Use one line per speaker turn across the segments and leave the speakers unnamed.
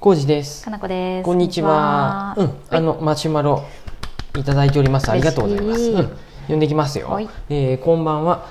浩二です
か。なこです。
こんにちは。
こ
うんん
にち、
あのマシュマロいただいております。ありがとうございます。
嬉しい
うん、呼んできますよ
はい。
えーこんばんは、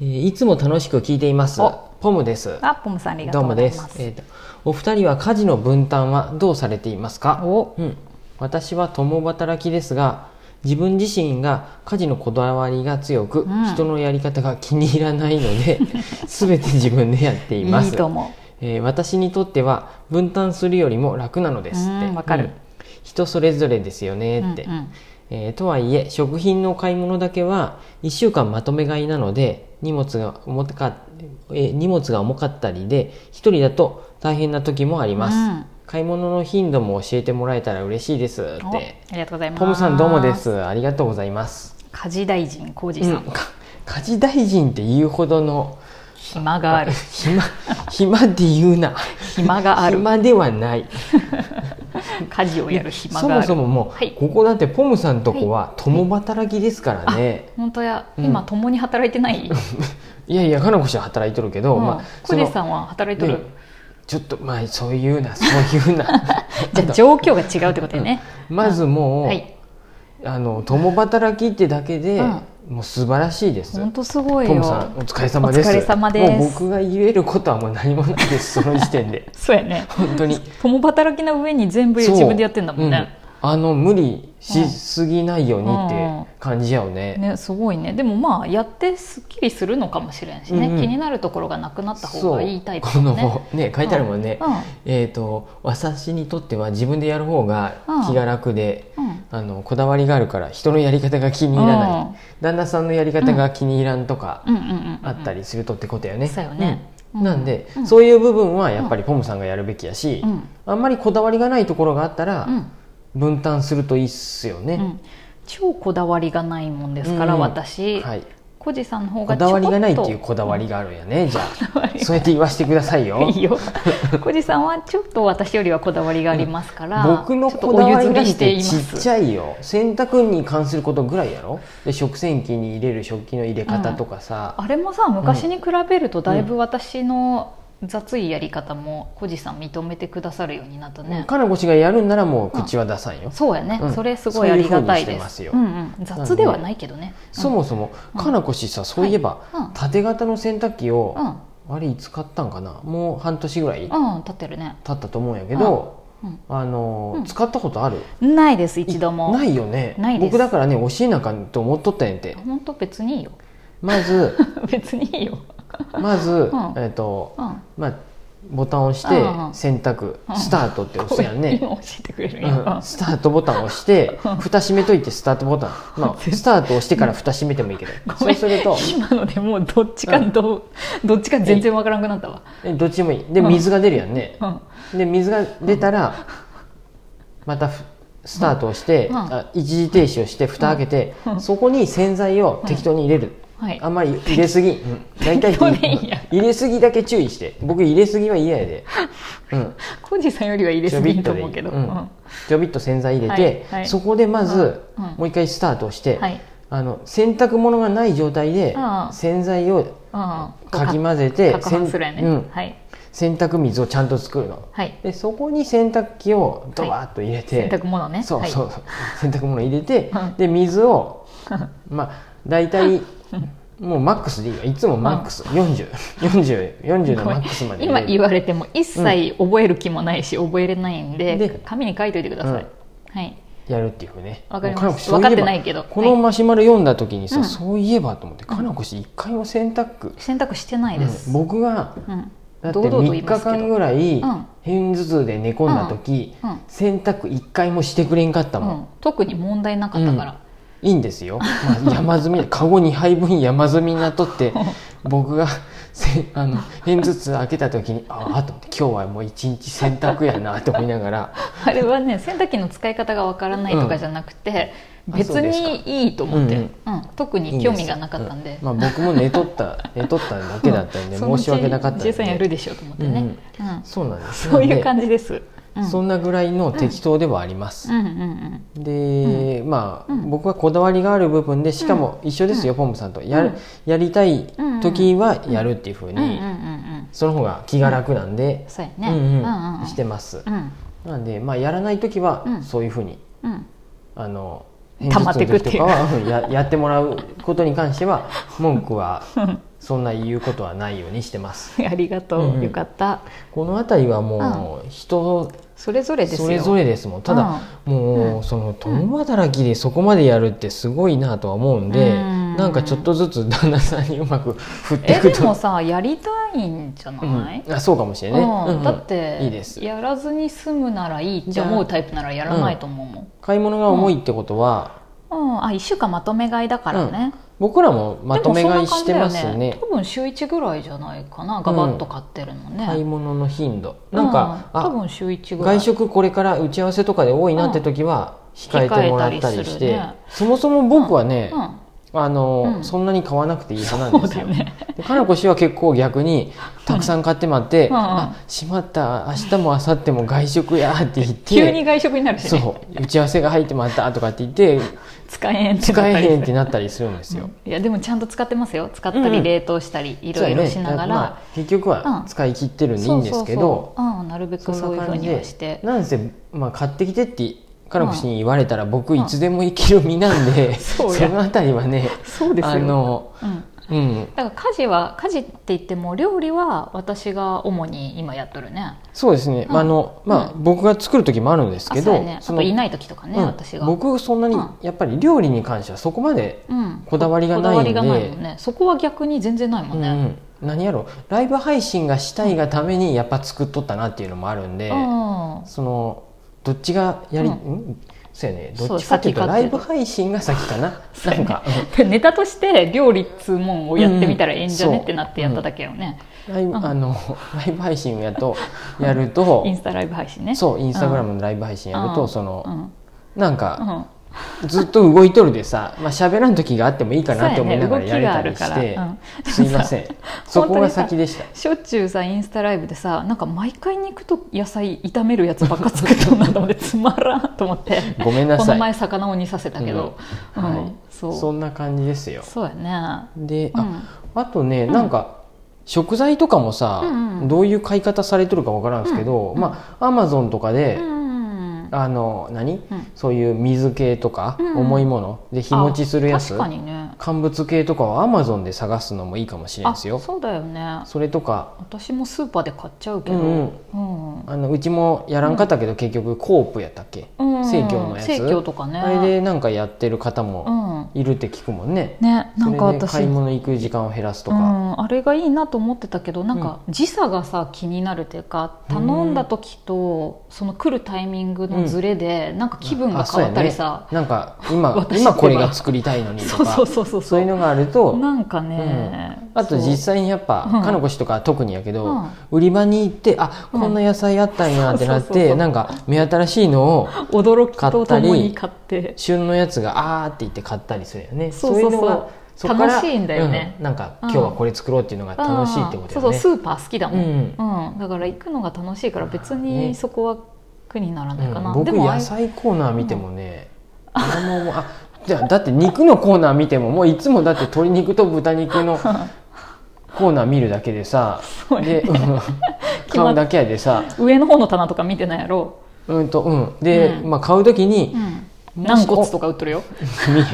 えーいつも楽しく聞いています
お。
ポムです。
はあ、ポムさんありがと
ど
う
う
ご
も
ざい
で
ますす。。
えーとお二人は家事の分担はどうされていますか。
お、
うん、私は共働きですが自分自身が家事のこだわりが強く、
うん
人のやり方が気に入らないの で全て自分でやっています
いいと思
えー私にとっては分担するよりも楽なのですっ
う
て
んわか
う
る
ん人それぞれですよ
う。
ねって、
うんうん
えーとはいえ食品の買い物だけは1週間まとめ買いなので荷物が重か,、えー荷物が重かったりで1人だと大変な時もあります、
うん
買い物の頻度も教えてもらえたら嬉しいですっ
おあ
て
りがとうございます。
ポムさんどうもで。すありがとうございます、
家事大臣、浩二
う
さ
ん
ん。、
か家事大臣って言うほどの
暇がある。
暇暇で言う な
暇がある。
暇ではない
家事をやる 暇
そ
があ
も
る。
そももう、
はい
ここだってポムさんとこは共働きですからね、い
本当や、
うん
今共に働いてない。
やいやかなこちゃん働いとるけど、
うん
まあ
浩二さ
ん
んは働いとる。
ちょっとまあそういうなそういうな
じゃあ状況が 違うってことよね。
まずもう、
はい。
あの共働きってだけで、
うん
もう素晴らしいです
本当すごい
トムさん
よ。
お疲れ様です
お疲れ様です
もう僕が言えることはもう何もない ですその時点で
そうやね。
本当に
共働きの上に全部
そう
自分でやってんだもん
う
ね。
あの無理しすぎないように
うん
って感じやよね,、
ね、すごいねでもまあやってすっきりするのかもしれんしね、
うんうん
気になるところがなくなった方
そう
がいいタイプ
こ
だもんね
のね書いてあるもんね、
うん
えっ、と私にとっては自分でやる方が気が楽で、
うん
あのこだわりがあるから人のやり方が気に入らない、
うん
旦那さんのやり方が気に入らんとか、
うんうんうんうん
あったりするとってことやね。
そうよね
うん
うん
なんで、
うん
そういう部分はやっぱりポムさんがやるべきやし、
うん
あんまりこだわりがないところがあったら、
うん
分担するといいっすよ
う
ね。
ん超こだわりがないもんですから、
うん
私、
はい。
コジさんの方
こ
が
だわりがないっていうこだわ
り
りがあるんやね。じゃ
だわり
あ、
が
そうやって言わせてくださいよ。
いいよコジさんはちょっと私よりはこだわりがありますから、
僕の
ちょっと
こだわり
お譲
が
り
し
してい
て
ま
ちっ
す
ちゃいよ洗濯に関することぐらいやろで食洗機に入れる食器の入れ方とかさ、
あれもさ昔に比べるとだいぶ私の雑いやり方もコジさん認めてくださるようになったね、
かなこしがやるんならもう口は出さんよ、
そうやね、
うん
それすごいありがたいです
そういうふう
う
に
んうん、雑ではないけどね
そもそもかなこしさそういえば、
はいうん
縦型の洗濯機を、
うん、うん
あれいつ買ったんかなもう半年ぐらい経っ
うん立ってるね、
たと思うんやけど、
うん
あのー
うん
使ったことある
ないです一度も
ないよね
ないです
僕だからね惜しいなかんと思っとったんやって
本当別にいいよ
まず
別にいいよ、
まず、
ん
えっ、と
うん、
まあボタンを押して
うんうん
選択、
うん
スタートって押すやんね、
今教えてくれるんや、
うん、スタートボタンを押して
うん
蓋閉めといてスタートボタン、 まあ、スタート押してから蓋閉めてもいいけど
ご
そ
め
うんすると
今のでもうどっちかど,、うどっちか全然わからなくなったわ、
えどっちでもいいで水が出るやんね、
うん、
で水が出たらまたふスタートをして、
うん
あ一時停止をして蓋開けて、
うん
そこに洗剤を適当に入れる、
はい
あんまり入れすぎ、うん大体
適当でいいや
入れすぎだけ注意して僕入れすぎは嫌やで、うん、
コージさんよりは入れ
ち
す
ょ
ぎ
び
る
っ
と
とでい
思う
い、
けど、
うんちょびっと洗剤入れて、
はいはい
そこでまず、
うんうん
もう一回スタートをして、
はい
あの洗濯物がない状態で、
うん
洗剤を
うん
かき混ぜて
か攪拌するやね、
せんうん
はい、
洗濯水をちゃんと作るの、
はい、
でそこに洗濯機をドバーッと入れて、
洗濯物ね
そうそう
は
そう、洗濯物入れて
うん
で水 をまあ大体もうマックスでいいよいつもマックス404040のマックスまで
今
入れる
言われても一切覚える気もないし、覚えれないんで
で
紙に書いといてください、はい
やるっていうふうね
わかります
もう子そういえば
わかってないけど
このマシュマロ読んだ時にさ、
うん
そういえばと思ってかなこし一回も洗濯機、
選択してないです、
うん
うん
僕がだって
堂々と言い
3
ま
日
すけど
間ぐらい
うん
片頭痛で寝込んだ時、
うんうん
洗濯一回もしてくれんかったもん
うん特に問題なかったから、
いいんですよ、まあ、山 積みカゴ2杯分山積みになっとって僕がせあの片頭痛開けた時にああと思って今日はもう一日洗濯やなと思いながら
あれはね洗濯機の使い方がわからないとかじゃなくて、
うん
別にいいと思って、
あそううんです
特に興味がなかったんで
うまあ、僕も寝と った寝とっただけだったんで申し訳なかったん
ジェイさんやる
で
でしょと思ってね、
う
うんん
そうなんです
そういう
なん
感じです、う
で
ん
そんなぐらいの適当ではあります
う、んうんうん
で、まあ、
うん
僕はこだわりがある部分でしかも一緒ですよ、ポンプさんとやるやりたい時はやるっていうふう
うんうんうん
に
うん
その方が気が楽なんで、
そうや
う
ね、
ん
うんうん
う
うん
ん、してます。
うん
なんで、まあ、やらない時は
うん
そういうふうに、
うん
あの
溜まってくっていう
片頭痛の時とかはうんやや ってもらうことに関しては文句 はそんな言うことはないようにしてます。
ありがとう、
うんうん
よかった
この辺りはもう人
それぞれですよ
それぞれですもんただ、も
うん
うその共働きでそこまでやるってすごいなとは思うんで、
うん
なんかちょっとずつ旦那さんにうまく振っ
うん
てい
え
く
で
と
もさやりたいんじゃない、
うんあそうかもしれない、ね
うん
うんうん
だって
いいです
やらずに済むならいいって思うタイプならやらないと思うもん
買い物が重いってことは、
うん、あ1週間まとめ買いだからね、
僕らもまとめ買いしてます
でもそんな感
ね
じだよ多分週1ぐらいじゃないかなガバッと買ってるのね、
買い物の頻度なんか、
うん多
あ
分週1ぐらい
外食これから打ち合わせとかで多いなって時は控えてもらったり
控えたりす
し
る
て、
ね
そもそも僕はね、あの
うん
そんなに買わなくていい派なん
うん、
で
そう
すよ、
だね
でかなこ氏は結構逆にたくさん買ってもらって「
うんうん
あしまった明日も明後日も外食や」って言って
急に外食になるし、ね、
そう打ち合わせが入ってもらったとかって言って
使えへんって
使
な
え
ったり
へん
し
ってなったりするんですよ。
いやでもちゃんと使ってますよ使った
う
り
ん
冷凍したりい
そう
ろい
や
ろ
ね
しなが
まあ
ら、
結局は使い切ってるんでいいんですけど
そうそうそううん、なるべくそういうふうにはして
なんせ、まあ、買ってきてってかのこ氏に言われたら僕いつでも生きる身なん で、
そう
そ
や
のあたりはね
そう
あの
うん、
うん
だから家事は家事って言っても料理は私が主に今やっとるね
そうですね、
うん
あのまあ、僕が作る時もあるんですけ
あ
ど
そうやね、あ
その
といない時とかね、
うん
私が
僕そんなに
うん
やっぱり料理に関してはそこまで
うん
こだわりが
こだ
ない
わ
んで
りがないもんねそこは逆に全然ないもん
う
ね、
ん何やろライブ配信がしたいがためにやっぱ作っとったなっていうのもあるんで、
うん
そのどっちがやり、
うん
んそうやね
そう
どっちかっていうと
先かっ
ラ
てい
イ
うと
ブ配信が先かな
そ
な
うやね
んか、
でネタとして料理っつうもんをやってみたらええんじゃ
うん
ね
うん
ってなってやっただけよね、
うんライブ
うん
あのライブ配信をやとやると
インスタライブ配信ね
そうインスタグラムのライブ配信やると、
うん
その
ん
なん
う
か
ん
ずっと動いとるでさ、まあ喋らん時があってもいいかなって思いながらやれたりし
そうやね動
て、
きがあるからうん
すいま せんそこが先でした
しょっちゅうさインスタライブでさなんか毎回肉と野菜炒めるやつばっか作っとるなと思ってつまらんと思って
ごめんな
こ
さ
の
い
前魚を煮させたけど、
う
うん
は
ん
い
そう
そ
そ
んな感じですよ
うやね
で、
う
あ
ん
あとね、
ん
なんか食材とかもさ、
うんうん
どういう買い方されてるかわからんですけど、
うんうん
まあアマゾンとかで、
うん
あの何
うん
そういう水系とか、
うんうん
重いもので日持ちするやつ
あ確かにね
乾物系とかはアマゾンで探すのもいいかもしれん
あ
ですよそ
そうだよね
れとか
私もスーパーで買っちゃうけど、
う
うんん
あのうちもやらんかったけど、結局コープやったっけ、
うん
生協のやつ
生協とかね
あれでなんかやってる方
う
も
ん、
いるって聞くもんね、
ねなんか
それで
私
買い物行く時間を減らすとか、
うん、あれがいいなと思ってたけどなんか時差がさ気になるというか頼んだ時とその来るタイミングのズレで、なんか気分が
あそう
変
や
わったりさ
ね、なんか今
私
今これが作りたいのにと
そう,、
か
そうそうそう
そういうのがあると
なんかね、
あと実際にやっぱ、
うん
かのこ氏とかは特にやけど、
うん
売り場に行ってあこんな野菜あったんやってなっ
そうそうそう
て、
そう
なんか目新しいのを
そう驚きとともに買って
旬のやつがあーって言って買ったりするよね
そうそうそう
いのがそっから
楽しいんだよね
うんなんか
うん
今日はこれ作ろうっていうのが楽しいってことよ
うんそう
ね、
そうスーパー好きだもん、
う
うんだから行くのが楽しいから別にそこは苦にならないかな、
うん僕
でもああい
野菜コーナー見てもね、子供もあじゃあだって肉のコーナー見てももういつもだって鶏肉と豚肉のコーナー見るだけでさ
そうやね
で、 うん、
まっ
買うだけやでさ
上の方の棚とか見てないやろ、
うんとうんで、
うん
まあ、買う時に
う、ん、軟骨とか売っとるよ、
見えへん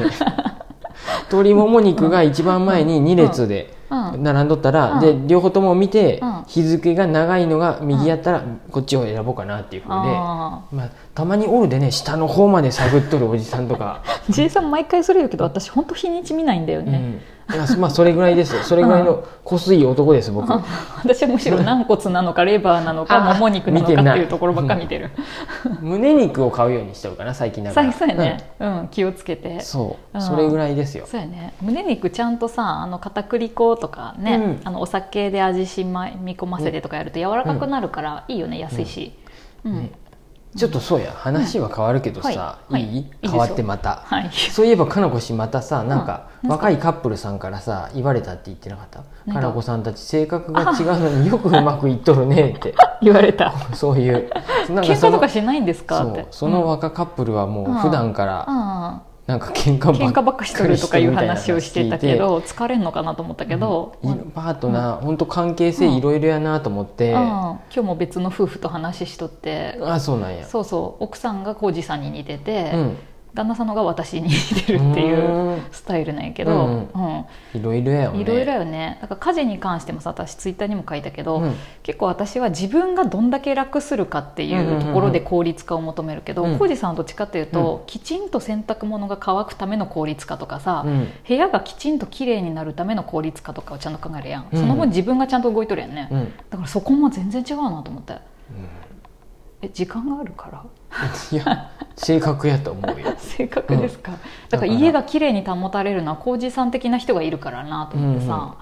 鶏もも肉が一番前に2列で
うん、
並んどったら、
うん
で両方とも見て、
うん
日付が長いのが右やったら、こっちを選ぼうかなっていうふうで、
ああ
まあ、たまにおるでね下の方まで探っとるおじさんとか。
J さん毎回それ言うけど私本当日にち見ないんだよね、
うんいや、そまあそれぐらいですそれぐらいのこすい男です僕
あ私はむしろ軟骨なのかレバーなのか
あ
もも肉なのか
見てない
っていうところばっか見てる
胸肉を買うようにしてるかな最近だか
最
ら
初やね、うん気をつけ
う
て
ん
そ
そう
うん
それぐらいですよ
うやね胸肉ちゃんとさあの片栗粉とかね、
うん
あのお酒で味しまみ込ませてとかやると柔らかくなるからいいよね、安いし、うん
ねちょっとそうや話は変わるけどさ
うんはい
いい
はい
変わってまた
はい
そういえばかなこ氏またさなんか
うん
若いカップルさんからさ言われたって言ってなかった
何
か
が
なこさんたち性格が違うのによくうまくいっとるねって
言われた
そういうなん
喧
かそ
嘩と
の
かしないんですか
そ
って
うその若カップルはもう普段から
うん、うん
なんか喧嘩ば
喧
っか
嘩ばっかしとるとかいう話をしてたけ
みたいな
ど疲れんのかなと思ったけど、
いろパートナー、本当関係性いろいろやなと思って、
うん今日も別の夫婦と話しとって
あそうなんや
そうそう奥さんが浩二さんに似てて、
うん
旦那さんの方が私に似てるっていう
う
スタイルなんやけど、
う
うんん
ーんいろいろやよね
いろいろよねだから家事に関してもさ私ツイッターにも書いたけど、
うん
結構私は自分がどんだけ楽するかっていうところで効率化を求めるけど
うんうんうん
浩二さんはどっちかっていうと、きちんと洗濯物が乾くための効率化とかさ、
うん
部屋がきちんと綺麗になるための効率化とかをちゃんと考えるやん、
うん
その分自分がちゃんと動いとるやんね、
うん
だからそこも全然違うなと思ってえ時間があるから
いや性格やと思うよ
正確ですか、だ
だか
から
ら
家が綺麗に保たれるのは浩二さん的な人がいるからなと思ってさ、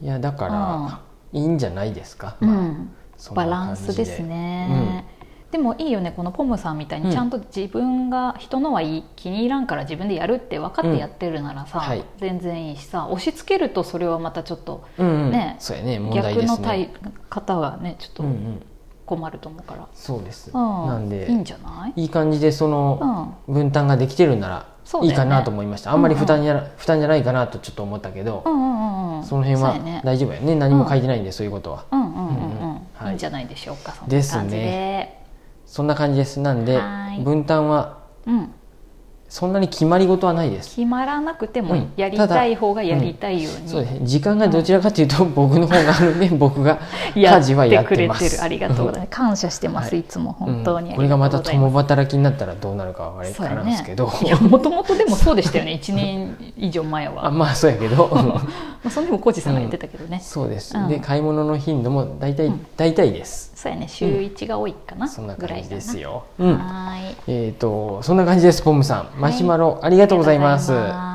いやだから、いいんじゃないですか、
うん
まあそんな
バ
感
ラン
じ
スですね、でもいいよねこのポムさんみたい
うん
にちゃんと自分が人のはいい気に入らんから自分でやるって分かってやってるなら
う
さ、
んはい
全然いいしさ押し付けるとそれはまたちょっと
うんうん、
ね
そうやね問題
逆
ですね
の対方がねちょっ
う
と
んうん
困ると思うから、
そうです、
うん
なんで
いいんじゃない、
いい感じでその分担ができてるなら
そう
い
だ
い
よね
かなと思いました、あんまり負担じゃな負担じゃないかなとちょっと思ったけど
う、ん、うんうんうんうん
その辺
そうや
は
ね
大丈夫やね何も書いてないんで、そういうことは
うんうんうん
う
うんん、
うんはい
い、いんじゃないでしょうかそん
で
な
すね
感じで
そんな感じですなんで
はい
分担は
うん、
そんなに決まり事はないです
決まらなくて
う
も
ん
やりたい方がやりたいよう
そう
に
ですね時間がどちらかというと僕の方があるん で僕が
や
家
っ
事はや
て
っ
く
て
れ
ます
てるありがとうございます感謝してます、
はい
い、つも本当に、
うん
あ
こ
り
れが
とう
また
ございす
共働きになったらどうなるかはあれ
そう
から
や
なんで
ね
すけど、
いやもともとでもそうでしたよね1年以上前
あ
は、ま
まあそうやけど
あ、その時も浩二さんが言ってたけどね、
そうです、
うん
で買い物の頻度も大体
うん
大体です、
そうやね週1が多いかな、
そんな
ぐら
感
い
じ
か
で
な
すよ、うん、
はーい
えっ、とそんな感じですポムさんマシュマロ、ありがとうございます
ありがとうございます